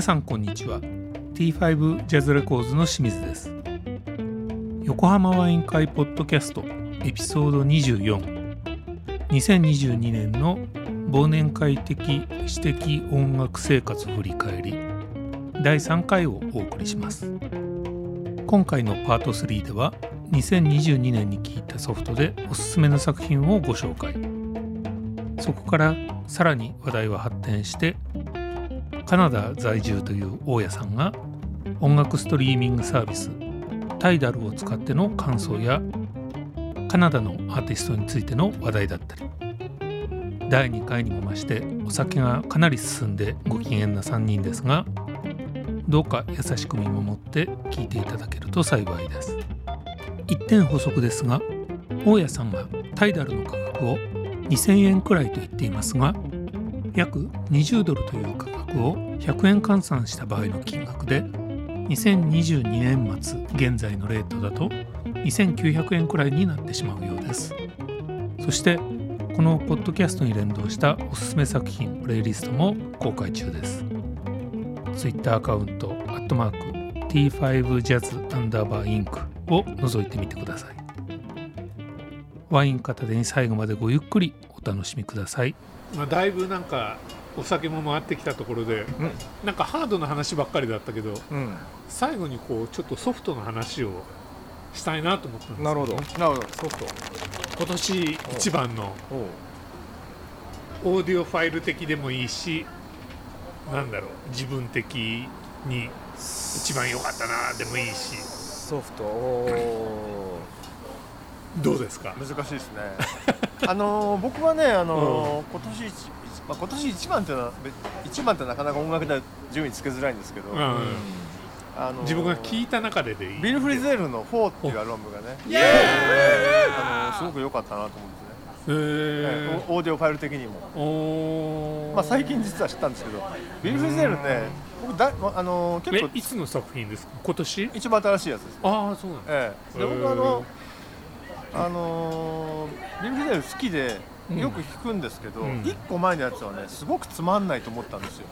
さんこんにちは T5 ジャズレコーズの清水です横浜ワイン会ポッドキャストエピソード242022年の忘年会的私的音楽生活振り返り第3回をお送りします今回のパート3では2022年に聴いたソフトでおすすめの作品をご紹介そこからさらに話題は発展してカナダ在住という大家さんが音楽ストリーミングサービスタイダルを使っての感想やカナダのアーティストについての話題だったり第2回にも増してお酒がかなり進んでご機嫌な3人ですがどうか優しく見守って聞いていただけると幸いです一点補足ですが大家さんがタイダルの価格を2000円くらいと言っていますが約20ドルという価格を100円換算した場合の金額で2022年末現在のレートだと2900円くらいになってしまうようですそしてこのポッドキャストに連動したおすすめ作品プレイリストも公開中です Twitter アカウント「#t5jazz アンダーバーインク」を覗いてみてくださいワイン片手に最後までごゆっくりお楽しみくださいまあ、だいぶなんかお酒も回ってきたところで、んなんかハードな話ばっかりだったけどうん、最後にこうちょっとソフトの話をしたいなと思ったんですなるほど、なるほど、ソフト。今年一番のおうオーディオファイル的でもいいしなんだろう自分的に一番良かったなでもいいしソフト。おどうですかー難しいですね。 あのー、僕はね、あのー今年一、まあ、今年一番ってのは、べ一番ってなかなか音楽では順位つけづらいんですけど。うんあのー自分が聞いた中ででいいビルフリゼールのフォーっていうアルバムがね。あのーすごく良かったなと思うんですね。へーはいオーディオファイル的にも。おーまあ、最近実は知ったんですけど、ビルフリゼールね、僕だ、まあのーえ結構いつの作品ですか今年一番新しいやつです。ああそうなんだええ、でへー僕はあの、あのービル・フィデル好きでうんよく聞くんですけど、うん一個前のやつはねすごくつまんないと思ったんで すよ。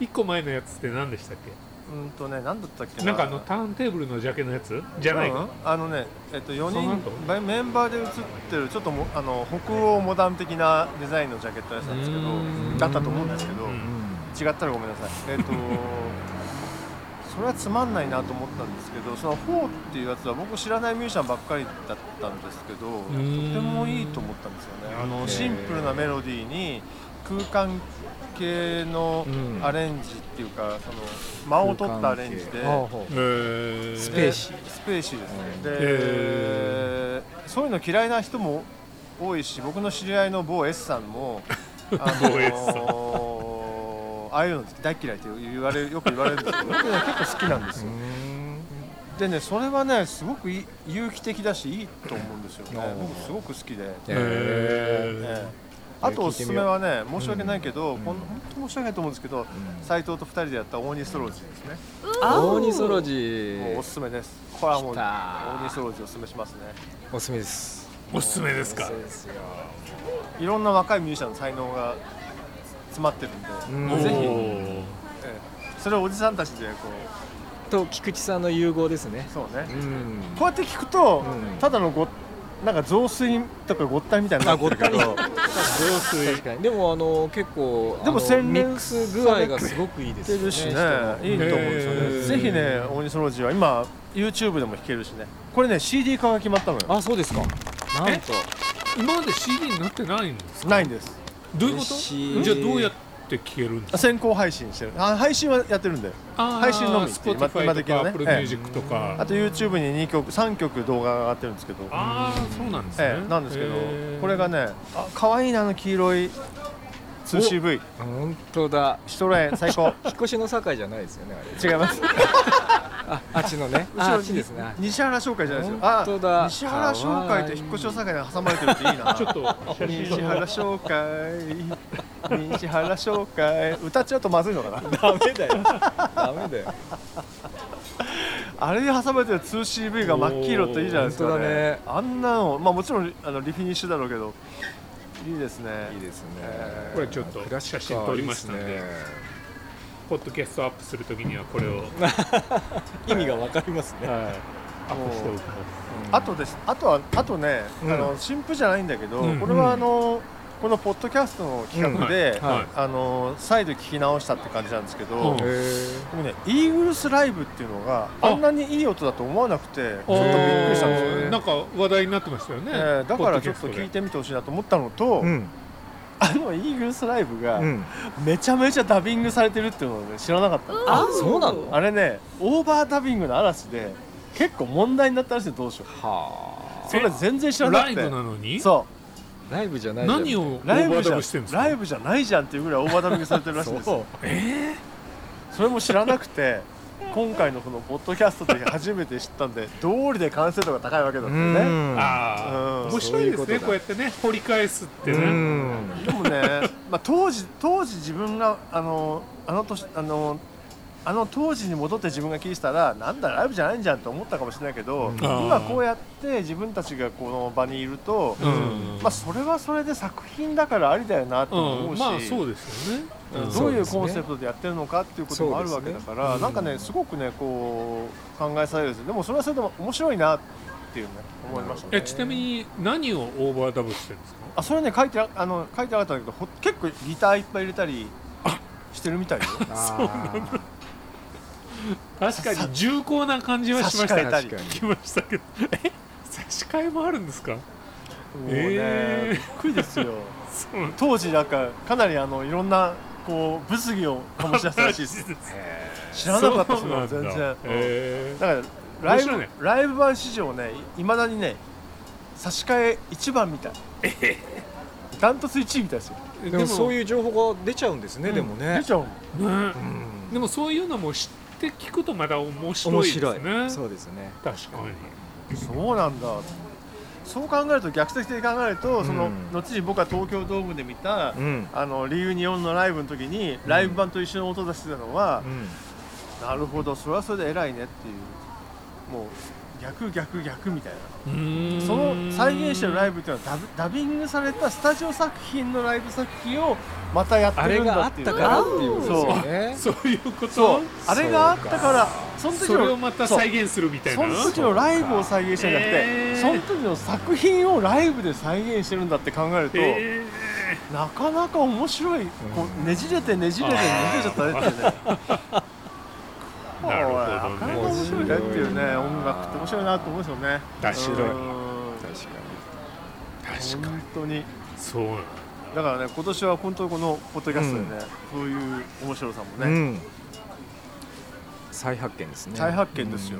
一個前のやつって何でしたっけうんとね何だったっけな。なんかあのターンテーブルのジャケのやつじゃないうんか、あのねえっと4その後人メンバーで写ってるちょっともあの北欧モダン的なデザインのジャケットのやつなんですけうーんどだったと思うんですけど、うん違ったらごめんなさい。えっとそれはつまんないなと思ったんですけどその「フォーっていうやつは僕知らないミュージシャンばっかりだったんですけどとんてもいいと思ったんですよねあへーのシンプルなメロディーに空間系のうんアレンジっていうかその間を取ったアレンジでへースペでーシースペーシーですね、うんへでそういうの嫌いな人も多いし僕の知り合いの某 S さんもあ某 S さんのああいうの大嫌いって言われるよく言われるんですけど僕ね結構好きなんですよでねそれはねすごくいい有機的だしいいと思うんですよねうん僕すごく好きで、へえええあとおすすめはね申し訳ないけど、こん、本当申し訳ないと思うんですけど斎、藤と2人でやったオーニストロジーですねオーニソロジもうおーすすめです。これはもう、大来たー西ロジおすすめしますね。おすすめですおすすめですかおすすめですよいろんな若いミュージシャンの才能が詰まってるんで、うんおーぜひ、ええそれをおじさんたちでこう、と菊池さんの融合ですねそうねう。んこうやって聞くと、うんただのご、なんか雑炊とかごったんみたいになってるけど、確かにでもあの結構あのでも洗ミ練ックス具合がすごくいいですよてるしね人、いいと思うんですよへね。えぜひね、大西ロジは今 YouTube でも弾けるしね。これね CD 化が決まったののよ。あそうですかなんと今まで CD になってないんですかないんです。どういうこ嬉しといじゃあどうやって聞けるんですか先行配信してる。あ、配信はやってるんで。配信のみスっポてティフ今ァイ時とかの Apple ね Music とか、あと YouTube に2曲、3曲動画が上がってるんですけど。ああそうなんですね、ええ、なんですけへどー、これがね、あ、可愛いなあの黄色い 2CV、本当だシトレーン最高。引っ越しの境じゃないですよねあれ違います。ああっちのねあ後あろっちですね西原商会じゃないですよ。本当だあ西原商会と引っ越しの境で挟まれてるっていいな。ちょっと写真西原商会、西原商会、歌っちゃうとまずいのかな。ダメだよダメだよあれで挟まれてる 2CV が真っ黄色っていいじゃないですおーか本当だねね。あんなの、まあもちろんあのリフィニッシュだろうけど、いいですね。いいですねえーこれちょっとクラシック写カー真撮りましたんでいいすねポッドキャストアップするときにはこれ を、意味がわかりますね。アップしておきますあとですあとはあとね、うんあの新婦じゃないんだけど、うんこれはあのこのポッドキャストの企画で、うんはいはいあの再度聞き直したって感じなんですけど、うんでへもねイーグルスライブっていうのがああんなにいい音だと思わなくてちょっとびっくりしたんですよねおーなんか話題になってましたよね、えーだからちょっとポッドキャ聞いスてみてほしいなと思ったのと、ーうんあのイーグルスライブがうん。めちゃめちゃダビングされてるっていうのを、ね、知らなかったのあそうなの。あれねオーバーダビングの嵐で結構問題になったらしいのどうしようはあ。それ全然知トらでなラくイてブなのにそうライブじゃないじゃん。何をオーバライブーじダゃブしてるんですかライブじゃないじゃんっていうぐらいオーバーダビングされてるらしいん ですよそれも知らなくて今回のこのポッドキャストで初めて知ったんで道理で完成度が高いわけだっうたよねん。ああ、うん面白いですねそういうことだこうやってね掘り返すってうね、ん。でもね、まあ、当時当時自分があのあの年あのあの当時に戻って自分が聞いてたらなんだライブじゃないんじゃんと思ったかもしれないけど、うん今こうやって自分たちがこの場にいると、うんまあ、それはそれで作品だからありだよなとも思う、うんし、まあそうですよね、うどうんいそううですねコンセプトでやってるのかっていうこともあるわけだかそうら、ですねなんかねすごくねこう考えされるんですよでもそれはそれでも面白いなっていうね思いましたえねちなみに何をオーバーダブしてるんですかあそれね書いてああの書いてなかったんだけどほ結構ギターいっぱい入れたりしてるみたいよそうなんだ。確かに重厚な感じはしました差し替えたり確かに聞きましたけどえ差し替えもあるんですかもうね、えーびっくりですよそうなん当時なんかかなりあのいろんなこう物議を醸し出したらしいです知らなかったそれは全然そうなんだへだからラ面イ白いブ、ねライブ版史上ねいまだにね差し替え一番みたいダントツ1位みたいですよ、えでもそうういう情報が出ちゃうんですね。でもね出。ちゃうもんねうんでもそういうのも知って聞くとまた面白面いですね白い。そうですね。確かそうなんだそう考えると逆説的に考えると、そうのん後に僕は東京ドームで見た、うん。あのリユニオンのライブの時にライブ版と一緒に音出してたのは、なるほどそれはそれで偉いねっていうもう逆逆逆みたいなにその再現してるライイブっていうのはダブダビングされたスタジオ作品のライブ作品をまたやってあれるんがあだっっていうたからっていうことですよね。そういうことそうあれがあったからその時それをまた再現現するみたいそなの時のライブを再現してるんじゃなくて、えーその時の作品をライブで再現してるんだって考えると、へなかなか面白いこうねじれてねじれてねじれちゃったねっていうね。ーなるほどねこれなかなか面白いねっていうね音楽って面白いなと思うんですよね。面白いうー確かー確んかに本当に。そうなんだだからね今年は本当にこのポッドキャストでね、そういう面白さもに。うね、ん。再発見ですね。再発見ですよ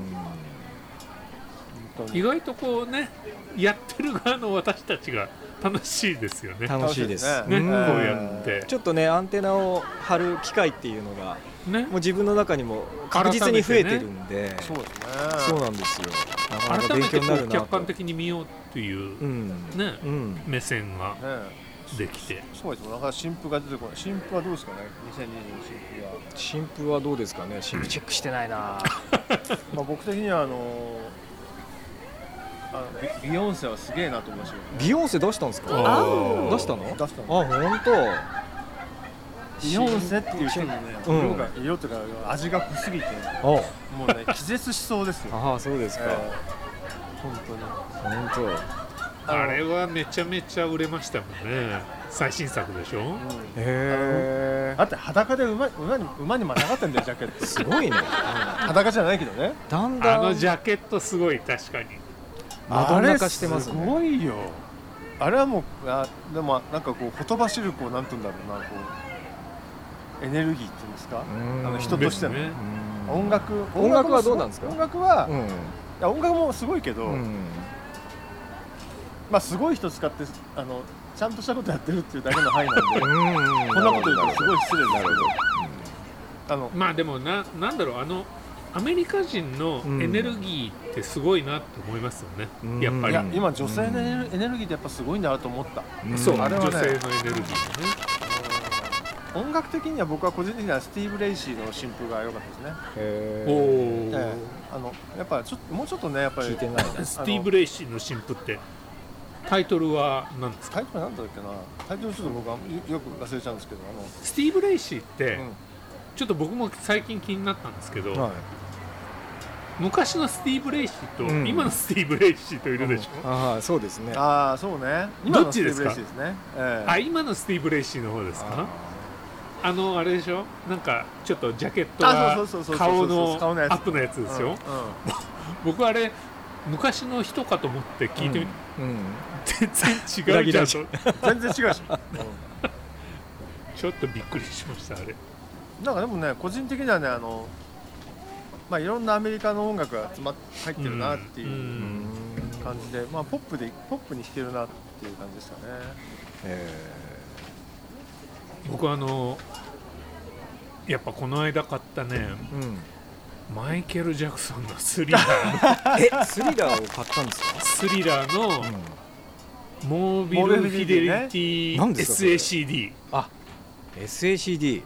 本当意に外とこうねやってる側の私たちが楽しいですよね楽しいです。楽しねいでこすうねんやってちょっとねアンテナを張る機会っていうのがねもう自分の中にも確実に増えてるんで、そうですね。そうなんですよなかなか改め勉て強こになうるなと客観的に見ようっていううんねうん目線がねできてそうですよ。なかなか新婦が出てこない。新婦はどうですかね。2022新婦は。新婦はどうですかね新婦チェックしてない なまあ僕的にはあのあのビビヨンセはすげえなと思いましたけどねビヨンセ出したんですあかー出したの出したあの本当ビヨンセっていう人のね、うん色が色とか味が濃すぎて、あもう ね気絶しそうですよ。ああそうですか、えー本当に。本当あれはめちゃめちゃ売れましたもんね最新作でしょへえだって裸で馬馬に馬にまたがってんだよジャケ ット。すごいね裸じゃないけどね。だんあだのんジャケットすごい確かにマドンナ化してますあれねすごいよ。あれはもうあでもなんかこうほとばしるこうなんて言うんだろうなこうエネルギーっていうんですか。うんあの人としてのですねうん音楽音楽はもごどうなんですか音楽は、ういんや音楽もすごいけど、うんまあすごい人使ってあのちゃんとしたことやってるっていうだけの範囲なんでうんこんなこと言うとすごい失礼なだるけどほどあのまあでもななんだろうあのアメリカ人のエネルギーってすごいなって思いますよね、うんやっぱいり、や今女性のエネルエネルギーってやっぱすごいんだなと思った、うんそう、あれはね女性のエネルギーがね音楽的には僕は個人的にはスティーブ・レイシーの新風が良かったですね、へおーお、ええあのやっぱちょっともうちょっとねやっぱり聞いてないなスティーブ・レイシーの新婦ってタイトルは何ですかタイトルなんだっけなタイトルちょっと僕はよよく忘れちゃうんですけどあのスティーブ・レイシーって、うんちょっと僕も最近気になったんですけど、はい昔のスティーブ・レイシーと、うん今のスティーブ・レイシーといるでしょ、ああそうですねああそうねどっちですか今のステーブレイシーですね、ええあ今のスティーブ・レイシーの方ですかあのあれでしょなんかちょっとジャケットあがそうそうそうそう顔そうそうそう顔ののやアつップのやつですよ、うんうん僕あれ昔の人かと思って聞いてみ、うん全然裏違う切じゃんられと全 然違うし、 ちょっとびっくりしましたあれなんかでもね個人的にはねあのまあいろんなアメリカの音楽が集まっ入ってるなってんいううん感じで、まあポップでポップに弾けるなっていう感じですかねえ僕あのやっぱこの間買ったねーうんマイケル・ジャクソンのスリラ ーえスリラーを買ったんですかスリラーのモービモール・ビフルフィィデリデリティ何ですかそれ SACD SACD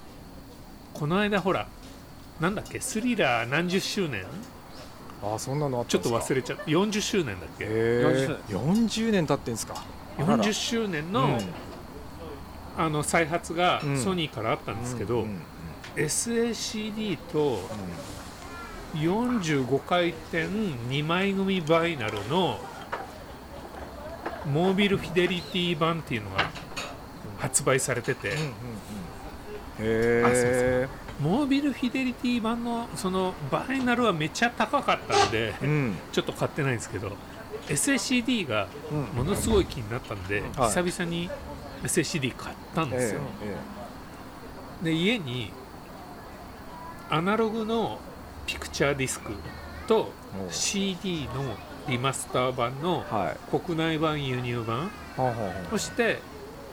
この間ほらなんだっけスリラー何十周年ああそんなのあっちたょっと忘れれちゃった40周年だっけへえ40年経ってんですかあらら40周年の,、あの再発がうんソニーからあったんですけど、うんうんうん SACD と45回転2枚組バイナルのモービルフィデリティ版っていうのが発売されてて、へえモービルフィデリティ版のそのバイナルはめっちゃ高かったんで、 うんちょっと買ってないんですけど SACD がものすごい気になったんで、はい久々に SACD 買ったんえですよ、ええで家にアナログのピクチャーディスクとおう CD のリマスター版のえはい国内版輸入版ほうほうほうそして、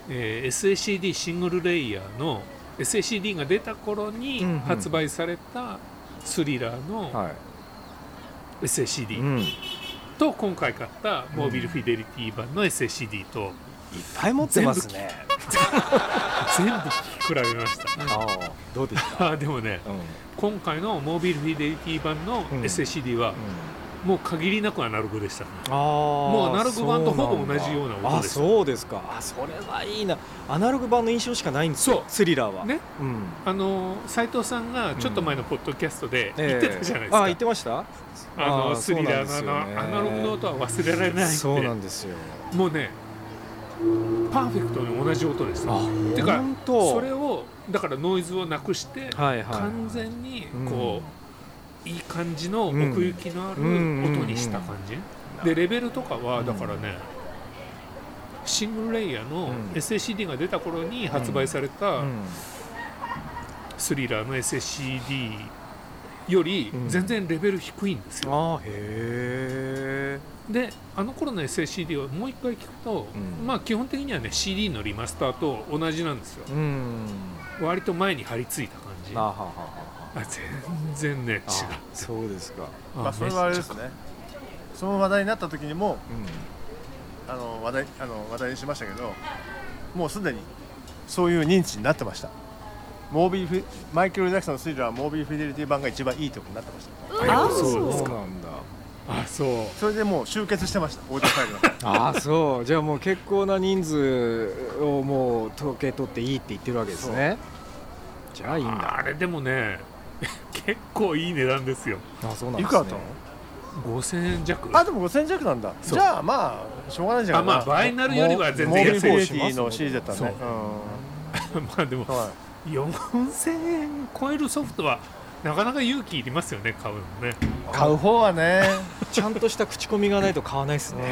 えー SACD シングルレイヤーの SACD が出た頃にうんうん発売されたスリラーのは SACD、い、うん、いっと今回買ったモービルフィデリティ版の SACD とぱい持ってますね。全部聞き比べましたああ、どうですか。あーでもねうん、うん、今回のモービルフィデリティ版のうん SACD はもう限りなくアナログでした、ああ、もうアナログ版とほぼ同じような音ですあ、そうですか。あ、それはいいな。アナログ版の印象しかないんですよ。そうスリラーは。ねうん。あの斎藤さんがちょっと前のポッドキャストで 言ってたじゃないですあか、あ、言ってました。あのあースリラーのあの、アナログの音は忘れられないってそうなんですよ。もうねパーフェクトに同じ音でしたてか本当。それをだからノイズをなくしてはいはい。完全にうんこう、いい感じの奥行きのある音にした感じ、でレベルとかはだからね、シングルレイヤーのうん SACD が出た頃に発売されたうんスリラーの SACD よりうん全然レベル低いんですよ、ああ、へえ。であの頃の SACD をもう一回聞くと、うんまあ基本的にはね CD のリマスターと同じなんですようん。割と前に張り付いた感じあはあははは。全然ね違うあそうですか。まあそれはあれですねその話題になった時にもうあの話題あの話題にしましたけどもうすでにそういう認知になってましたモービーフィマイケル・ジャクソンのスリラーはモービーフィデリティ版が一番いいとこになってましたあそそううですそうかなんだ。あそうそれでもう集結してましたオーディオファイ ルがああそうじゃあもう結構な人数をもう統計取っていいって言ってるわけですねじゃあいいんだあれでもね 結構いい値段ですよあそうなんいでくらすだったねの5000円弱あでも5000弱なんだそうじゃあまあしょうがないんじあゃないかなまあバイナルよりは全然モービ安いルでフすィデリティの CD だったらねそう まあでもうんはい4000円超えるソフトはなかなか勇気いりますよね買うのね買う方はね ちゃんとした口コミがないと買わないですね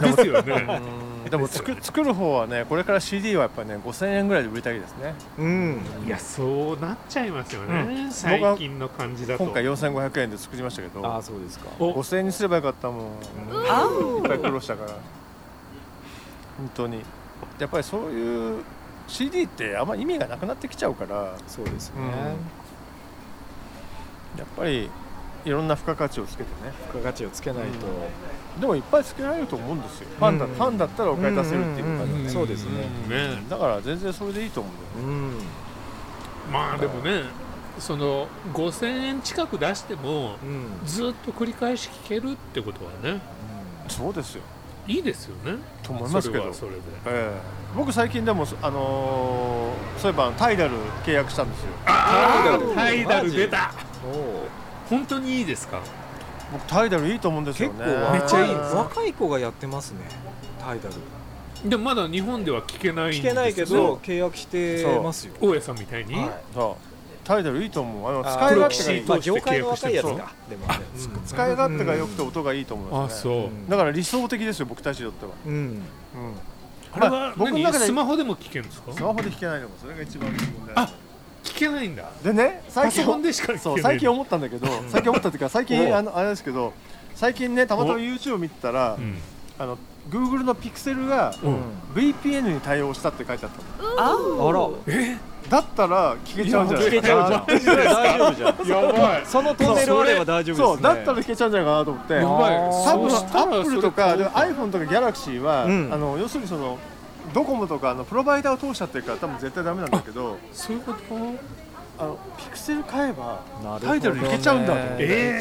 ですようねんでも作作る方はねこれから CD はやっぱね5000円ぐらいで売りたいですねうん いやそうなっちゃいますよね、う最近の感じだと今回4500円で作りましたけどああそうですかお5000円にすればよかったもんいっぱい苦労したから本当にやっぱりそういう CD ってあんま意味がなくなってきちゃうからそうですねやっぱりいろんな付加価値をつけてね付加価値をつけないとでもいっぱいつけられると思うんですよファンだ,、うんファンだったらお金出せるっていう感じ、うんそうですねんねだから全然それでいいと思うんだよねうんまあでもねその5000円近く出してもうんずっと繰り返し聞けるってことはねそうですよいいですよねと思いますけどそれはそれでええ僕最近でも、あのーそういえばタイダル契約したんですよあーあタイダル出たそう本当にいいですか僕タイダルいいと思うんですよ結ね構めっちゃ若いいいです若い子がやってますねタイダルでもまだ日本では聞けないんです聞よけないけど契約してますよ大家さんみたいに、はいそうタイダルいいと思うあのあー使プいロ勝棋手士がいいまあ業界の若いやつそうかでもねうん使い勝手が良くて音がいいと思うんあです、ねそう、うんだから理想的ですよ僕たちにとっては、うんあれまあは僕の何、中でスマホでも聞けるんですかスマホで弾けないのもそれが一番問題あ聞けないんだでね最パ近ソコンでしか聞けそなうい最近思ったんだけど最近思ったっていうか最おう近あのあれですけど最近ねたまたまお YouTube 見てたらうんあの Google の Pixel がうん VPN に対応したって書いてあったのあらえだったら聞けちゃうんじゃないいや聞けちゃうじゃん大丈夫じゃんやばいそのトンネルあれば大丈夫ですそねうだったら聞けちゃうんじゃないかなと思ってやばい多そ分うアしたらップルとかそれで iPhone とか Galaxy は、うんあの要するにそのドコモとかあのプロバイダーを通しちゃってるから多分絶対ダメなんだけどそういうことあのピクセル買えばなるほどねタイトルいけちゃうんだと思ってえ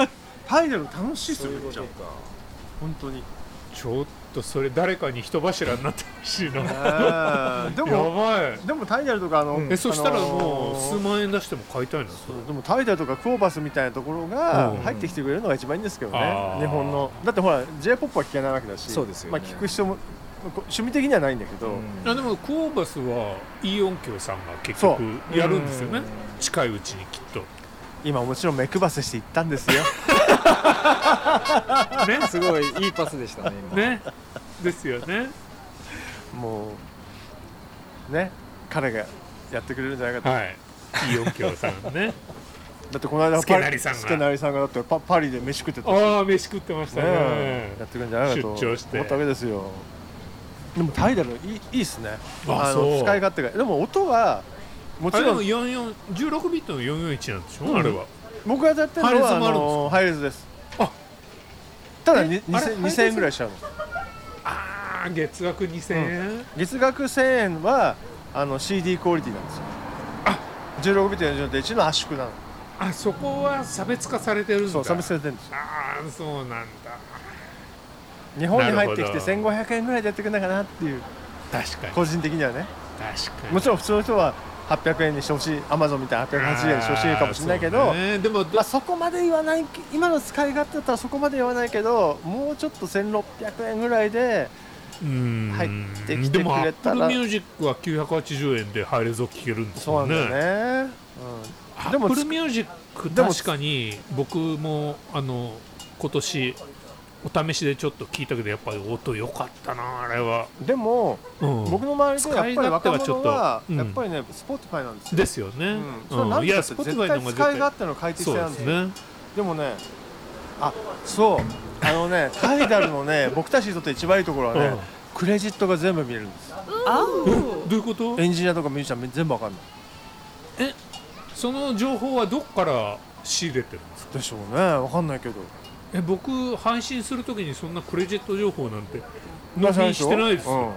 えタイトル楽しいっすよめっちゃ本当にちょっとそれ誰かに人柱になってほしいなやでもばいでもタイトルとかあの、うんえそしたらもあのうー数万円出しても買いたいなそうでもタイトルとかクオーバスみたいなところがうん入ってきてくれるのが一番いいんですけどね、あー日本のだってほら j p o p は聞けないわけだしそうですよねまあ、聞く人もこ趣味的にはないんだけど、あでもクオーバスはイオン教さんが結局やるんですよね近いうちにきっと今もちろん目配せして行ったんですよねすごいいいパスでしたね 今ねですよねもうね彼がやってくれるんじゃないかと、はいイオン教さん ねだってこの間スケナリさんがスケナリさんがだってパパリで飯食ってたしああ飯食ってましたねねやってくるんじゃないかと出張して思ったわけですよでもタイダルいいいいっすねあのそう使い勝手がでも音はもあちれでろもん44 16ビットの441なんでしょ、あれは僕がやってるのはハイレゾもあるんですかのハイレズですあただにえあれハ2000イレゾ2000円ぐらいしちゃうのああ月額2000円、月額1000円はあの CD クオリティなんですよ16ビット40で1の圧縮なのあそこは差別化されてるんだそう差別されてるんですよああそうなんだ日本に入ってきなてるほど1500円ぐらいでやってくれないかなっていう確かに個人的にはね確かにもちろん普通の人は800円にしてほしいアマゾンみたいな880円にしてほしいかもしれないけあーど、そうねでもまあ、そこまで言わない今の使い勝手だったらそこまで言わないけどもうちょっと1600円ぐらいでうん入ってきてくれたらでも Apple Music は980円でハイレゾ聴けるんですそうなよんねだよね、うん、でも Apple Music でも確かに僕もあの今年お試しでちょっと聞いたけどやっぱり音良かったなあれは、でもうん、僕の周りでやっぱ使いり若勝手はちょ者っとはうんやっぱりね Spotify なんですよですよね、うん、それはなんいでやかって Spotify 絶の方が対使い絶対勝手の快適そ性うなでんですすよねでもねあそうあ のねタイダルのね僕たちにとって一番いいところはね、うんクレジットが全部見れるんですどういうことエンジニアとかミュージシャン全部わかんないその情報はどっから仕入れてるんですかでしょうねわかんないけどえ僕配信するときにそんなクレジット情報なんて納納品してないですよ、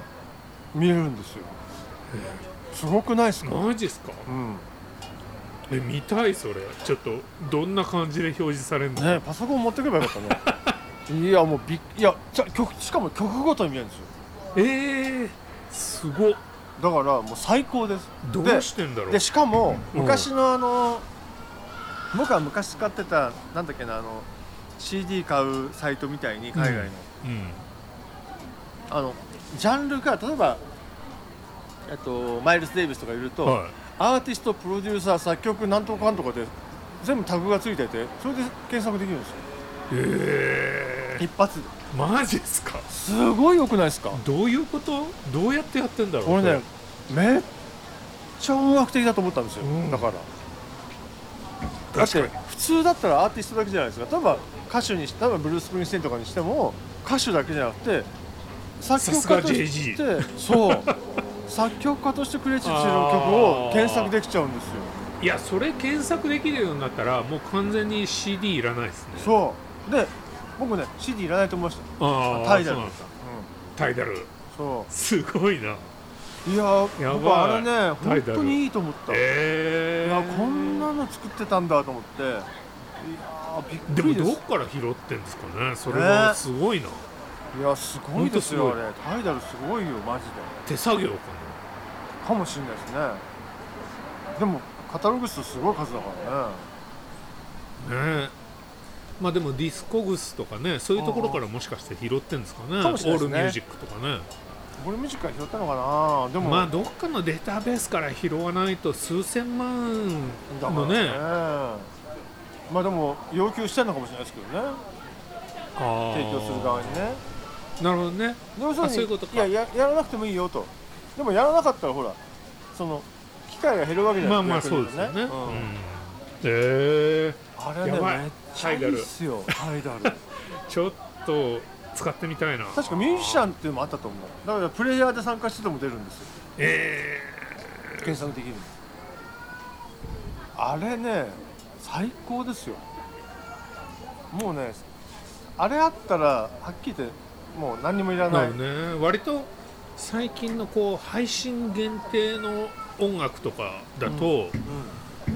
見えるんですよすごくないですか、マジですかうんえ見たいそれちょっとどんな感じで表示されるの、ねパソコン持ってけばよ かったねいやもうびっいやじゃ曲しかも曲ごとに見えるんですよえー、すごっだからもう最高ですどでうしてんだろうでしかもうん昔のあの、僕は昔使ってたなんだっけなあの CD 買うサイトみたいに海外の、うんあのジャンルが例えばえっとマイルス・デイビスとかいると、はアーティストプロデューサー作曲なんとかかんとかで全部タグがついててそれで検索できるんですよいえ一発でー、マジですかすごい良くないですかどういうことどうやってやってんだろうこれねこめっちゃ音楽的だと思ったんですよ、うんだかられだって普通だったらアーティストだけじゃないですか例えば歌手にし例えばブルース・プリングスティーンとかにしても歌手だけじゃなくて作曲家としてさそう作曲家としてクレジットしてる曲を検索できちゃうんですよいやそれ検索できるようになったらもう完全に CD いらないですねそうで僕ね CD いらないと思いましたあータイそダうルなんでだすタイダルそすごいなういやーやばい僕あれねタイ本ダル当にいいと思った、えいー、やこんなの作ってたんだと思っていやーびっでくもりですどっから拾ってんですかねそれはすごいな、いやすごいですよあれタイダルすごいよマジで手作業かかもしれないですねでもカタログ数すごい数だからねなねえまあでもディスコグスとかねそういうところからもしかして拾ってんですかねかもしれオなーいルですミねュージックとかね俺ミュージックから拾ったのかなでも、まあどっかのデータベースから拾わないと数千万だからのねあまあでも要求してるのかもしれないですけどねあ提供する側にねなるほどねでもそあそういうことかいやややらなくてもいいよとでもやらなかったらほらその機会が減るわけじゃまなあいまあ逆そうにですよね、ううんんえあれねやばいめっちゃいいっすよタイダルーちょっと使ってみたいな 確かミュージシャンっていうのもあったと思うだからプレイヤーで参加してても出るんですよえ検索できるんですあれね最高ですよもうねあれあったらはっきり言ってもう何にもいらー、なないるほどね割と最近のこう配信限定の音楽とかだと、うん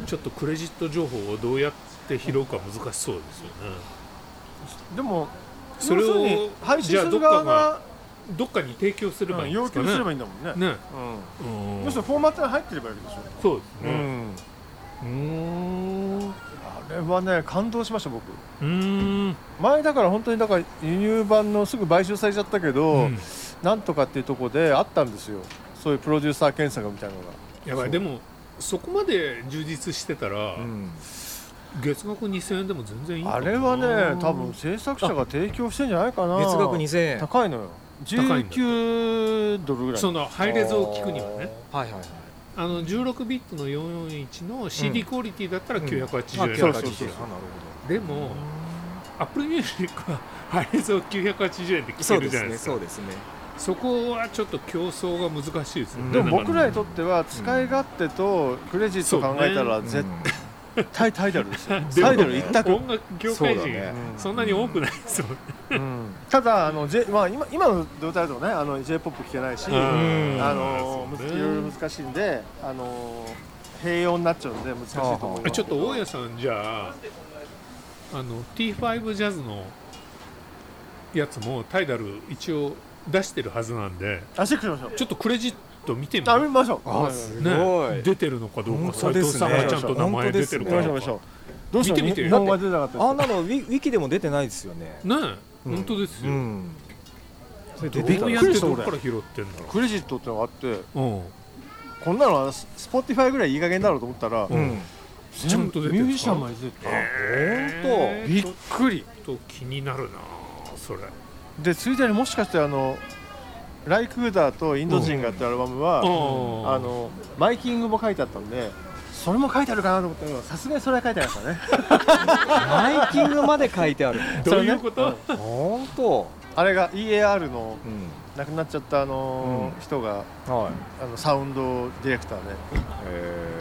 ちょっとクレジット情報をどうやって拾うか難しそうですよねでもそれを要するに配信する側がどっかに提供すればういいんんで要すか求ねすればいいんだもんねねううんん、要するにフォーマットに入ってればいいわけでしょそうですうねんうんうあれはね感動しました僕ーん前だから本当にだから輸入版のすぐ買収されちゃったけど、うんなんとかっていうところであったんですよそういうプロデューサー検索みたいなのやばいでもそこまで充実してたら、が、月額2000円でも全然いいあれはね多分制作者が提供してんじゃないかな月額2000円は高いのよ高いんだ19ドルぐらいそのハイレゾを聞くにはねいはいはいあの16ビットの441の CD クオリティだったら980円、んそうそうそうそうなるでもアップルミュージックはハイレゾを980円でほど聞そけうるでじゃすないねですかそうですねそこはちょっと競争が難しいですよねでもだか僕らにとっては使い勝手とクレジット考えたら絶対タイダルです よ、でもタイダル一択、音楽業界そうだ人ねそんなに多くないですもんねうんただあの、J まあ、今今の状態だとねあの j p o p 聴けないし、うんあのそうねいろいろ難しいんであの併用になっちゃうんで難しいと思いますちょっと大家さんじゃああの T5 ジャズのやつもタイダル一応出してるはずなんであチェックしましょうちょっとクレジット見てみあよ見ましょうあはいすごねい出てるのかどう本か当斉で藤すさねんがちゃんと名前出てる見かまらしょう見ましょうどうしても見てみて日本が出てなかったですあんなのウィウィキでも出てないですよねねえうん本当ですよ、んそれどでびっうやっくりてしたどっ俺から拾ってんだろクレジットってのがあってう、うん、こんなのはススポティファイぐらいいい加減だろうと思ったら、うんちゃんと出てるミュージシャンまで出てた、えびっくりちょっと気になるなそれでついでにもしかしてあの「ライクーダーとインド人が」ってアルバムは、うんあのマイキングも書いてあったんでそれも書いてあるかなと思ったけどさすがにそれは書いてありましたねマイキングまで書いてあるどういうこと、本当あれが EAR のうん亡くなっちゃったあの、う人がはいあのサウンドディレクターで、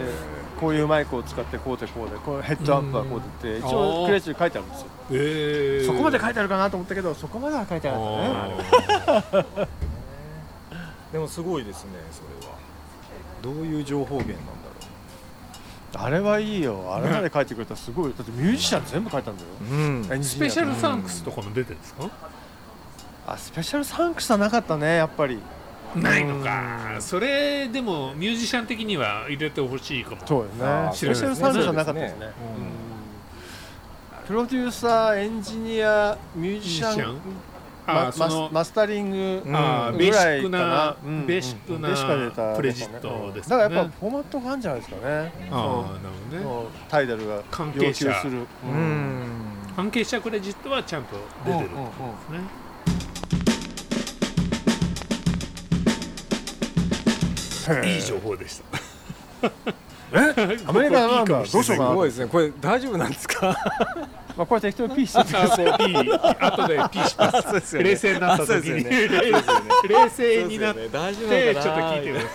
でこういうマイクを使ってこうでこうでこうヘッドアップはこうでってうん一応クレジットに書いてあるんですよええそこまで書いてあるかなと思ったけどそこまでは書いてあるんですねでもすごいですねそれはどういう情報源なんだあれはいいよあれまで書いてくれたらすごいだってミュージシャン全部書いたんだよろう、うんエンスジニペアシャルサンクスとかも出てるんですか、あスペシャルサンクスはなかったねやっぱりないのかそれでもミュージシャン的には入れてほしいかもそうよねス知らないでペシャすねルサンクスはなかったですねプロデューサーエンジニアミュージシャンミュージシャンまあマそのスマスタリングうぐんあらーいベーシックかなな、うんベーシックでしか出なたプレジットですねだからやっぱフォーマットがあるんじゃないですかねああなそるうほどねそうタイダルが関要係求者するううんん関係者クレジットはちゃんと出てるってことですねいい情報でした。 えアメリカのなんだどうしようすかなごいですねこれ大丈夫なんですか まあこれ適当にピースしてあそうピー後でピーします。そうです冷静になった時に、あそうですよね冷静になって、大丈ちょ夫っとなのかな聞いてください。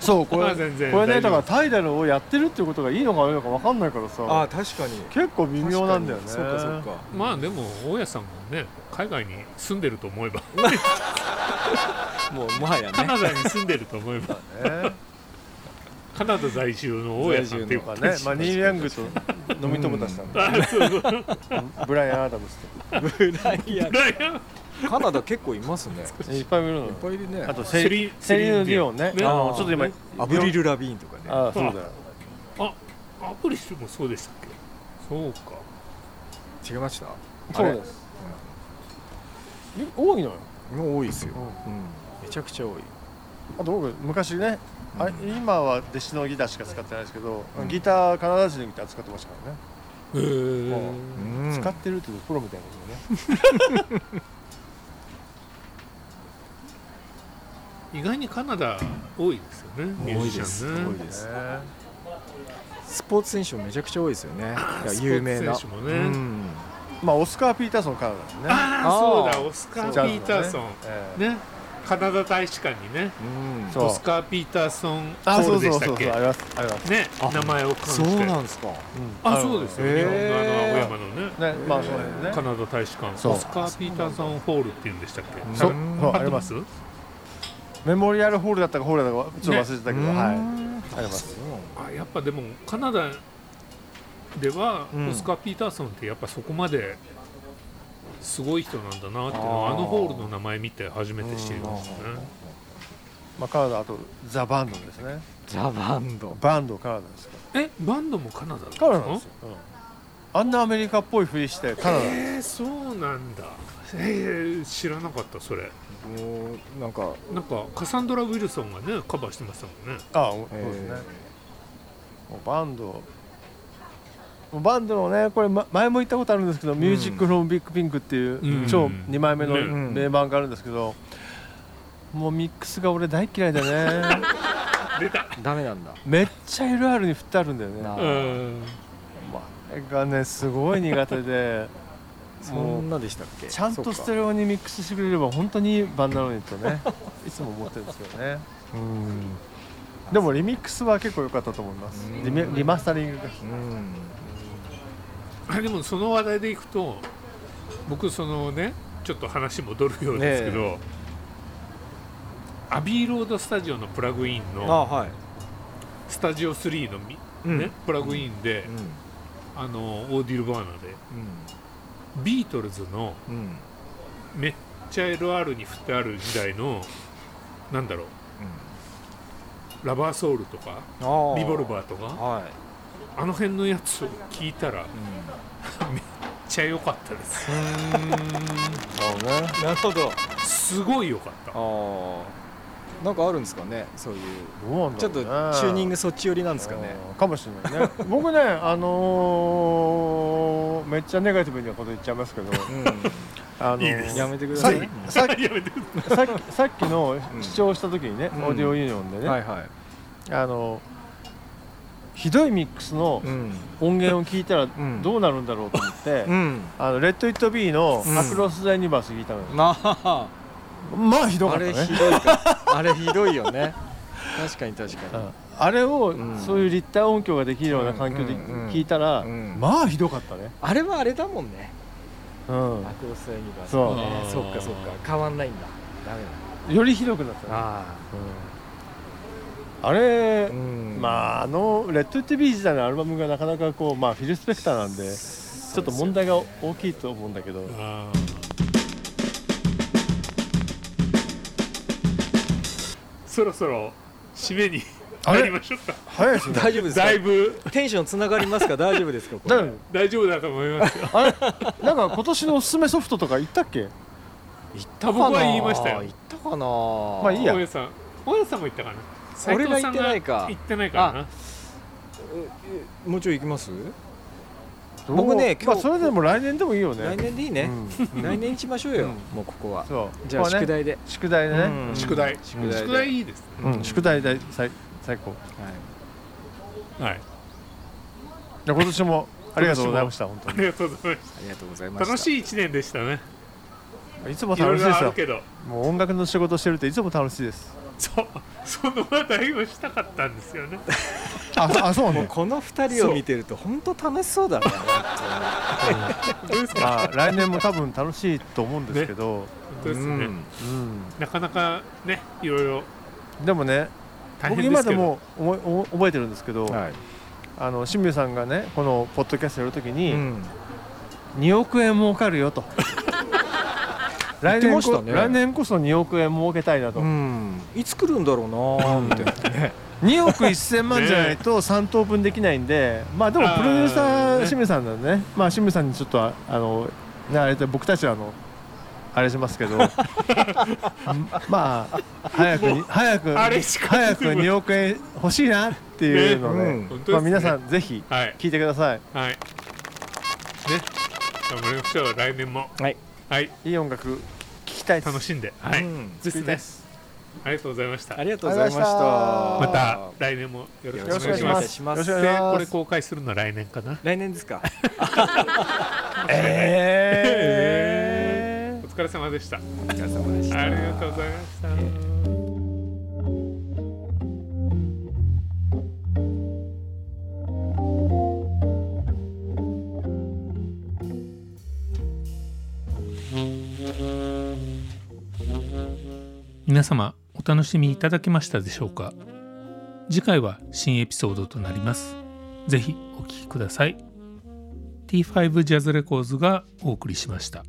そうこれ、まあ全然これね大丈夫だからタイダルをやってるっていうことがいいのか悪いのか分かんないからあさ確かに結構微妙なんだよね確かにそうかそうかまあでも大家さんもね海外に住んでると思えばもうもはやカ ねナダに住んでると思えばねカナダ在住の大家さんっていうまこあとねにしままあしニール・ヤングと飲み友達なんで、あそうそうブライアン・アダムスと ブライアンブライアンカナダ結構いますねいっぱい見るのいっぱいいるねあとセセリリセリーヌ・ディオンねねあのあーちょっと今ねアブリル・ラビーンとかねああそうだよアプリスもそうでしたっけそうか違いましたあそうれです多いのよもう多いですよ、うんめちゃくちゃ多いあと僕昔ね、あうん今は弟子のギターしか使ってないですけど、うんギターカナダ人のギター使ってましたからね、へえもうん使ってるってことプロみたいなことね意外にカナダ多いですよねミュージシャンね多いですスポーツ選手もめちゃくちゃ多いですよねいスやポーツ有名な選手もねうんまあオスカー・ピーターソンカナダだねあああそうーだオスカー・ジャズピのねーターソンええねカナダ大使館にねうんそうオスカー・ピーターソンあホーそうルそでうしたそっうそけうありますありますねあ名前をそ冠しうてなんですかあそうですよへ日本えのあの青山のねねまあそうだよねカナダ大使館そうオスカー・ピーターソンホールっていうんでしたっけうんそううんそう合あっりてまますすメモリアルホールだったかホールだったかちょっと忘れてたけど、はいいありますあやっぱでもカナダではうんオスカー・ピーターソンってやっぱそこまですごい人なんだなっていうのはあーあのホールの名前見て初めて知りましたねまあカナダあとザ・バンドですねザ・バンドバンドカナダですかえバンドもカナダだったらのカナダですよ、うんあんなアメリカっぽいふりしてカナダえー、そうなんだえー、知らなかったそれもうなんかなんかカサンドラ・ウィルソンがねカバーしてましたもんねあそうですね、もうバンドもうバンドのねこれま前も言ったことあるんですけど「ミュージック・フロム・ビッグ・ピンク」っていう、うん超2枚目のね名盤があるんですけど、もうミックスが俺大嫌い だね出たダメなんだめっちゃ LR に振ってあるんだよねなまあうんーああれがねすごい苦手でそんなでしたっけちゃんとステるレオにミックスしてくれれば本当にいいバンドなのにと ねいつも思ってるんですよねうんでもリミックスは結構良かったと思いますリメリマスタリングがうんあでもその話題でいくと僕そのねちょっと話戻るようですけど、アビーロードスタジオのプラグインのはいスタジオ3のみ、うんね、プラグインで、うんあのオーディルバーナでビートルズのうんうんめっちゃ LR に振ってある時代のなんだろうラバーソウルとかあリボルバーとかはあの辺のやつを聞いたらめっいうんちゃ良かったですうーそうねんなるほどすごい良かったああなんかあるんですかねそういうどうなんちだょっとろうねチューニングそっち寄りなんですかねうんかもしれ ないね僕ねあのーめっちゃネガティブなこと言っちゃいます けど、うあのーいいですんやめてくだささっきさっい やめてきさっ きさっきの視聴した時にね、うんオーディオユニオンでね、はいはいあのーひどいミックスのうん音源を聞いたらんどうなるんだろうと思って、 うんあのレッド・イット・ビーのう「んアクロス・ザ・ユニバース」聞いたのよ、なあまあひどかあったれねひどいかあれひどいよね確かに確うかんあれを、んそういう立体音響ができるような環境でうんうんうん聞いたら、うんまあひどかったね、にあれはあれだもんねうんア、クロスユニバースそうねそっかそっか変わんないんだダメよりひどくなったねだああれあ、んまああのレッド・ティビー時代のアルバムがなかなかこうまあフィル・スペクターなんでちょっと問題が大きいと思うんだけどあそろそろ締めにあれ入りましょうか早いですね大丈夫ですかだいぶテンションつながりますか大丈夫ですかこだよれね大丈夫だと思いますよあれなんか今年のおすすめソフトとか言ったっけ行った僕は言いましたよ行ったかなまあいいや大家さん大家さんも言ったかな斉俺藤がさん行ってないか言ってないからなもうちょい行きますどう僕ね今日まあそれでも来年でもいいよね来年でいいね来年にしましょうよもうここはそうじゃあここは宿ね題で宿題でうねん宿題宿題で宿題いいですねうん宿題で最最高はいはいじゃあ今年もありがとうございました本ありがとうございまありがとうございましたした楽しい一年でしたね当にいつもいろ楽いしいでろすあるよけどもう音楽の仕事してるといつも楽しいですそうその話題をしたかったんですよねああそうなもうこの二人を見てると本当楽しそうだねまあ来年も多分楽しいと思うんですけど本当本当でにすね、うんうんなかなかねいろいろでもね大僕変で今すでけども思い思い覚えてるんですけど、はいあの清水さんがねこのポッドキャストやるときうにん2億円儲かるよと、来年こ言ってましたね来年こそ2億円儲けたいなと、うんいつ来るんだろうなみたいなね2億1000万じゃないと3等分できないんで、まあでもあープロデューサーね清水さんなんでね、まあ清水さんにちょっとああのねあれで僕たちはあのあれしますけど、んまあ早くに早くあれしか早く2億円欲しいなっていうので、ねう本ん当ですねまあ皆さんぜひはい聞いてください。はいね頑張りましょう来年もはいはいいい音楽聴きたいです楽しんではい、うんですでねありがとうございましたありがとうございましたあまた来年もよろしくお願いしよろましすくお願いしよろしくお願まいしますでこれ公開するのは来年かな来年ですかえお疲れ様でしたお疲れ様でしありがとうございました、皆様お楽しみいただけましたでしょうか次回は新エピソードとなりますぜひお聞きください T5 ジャズレコーズがお送りしました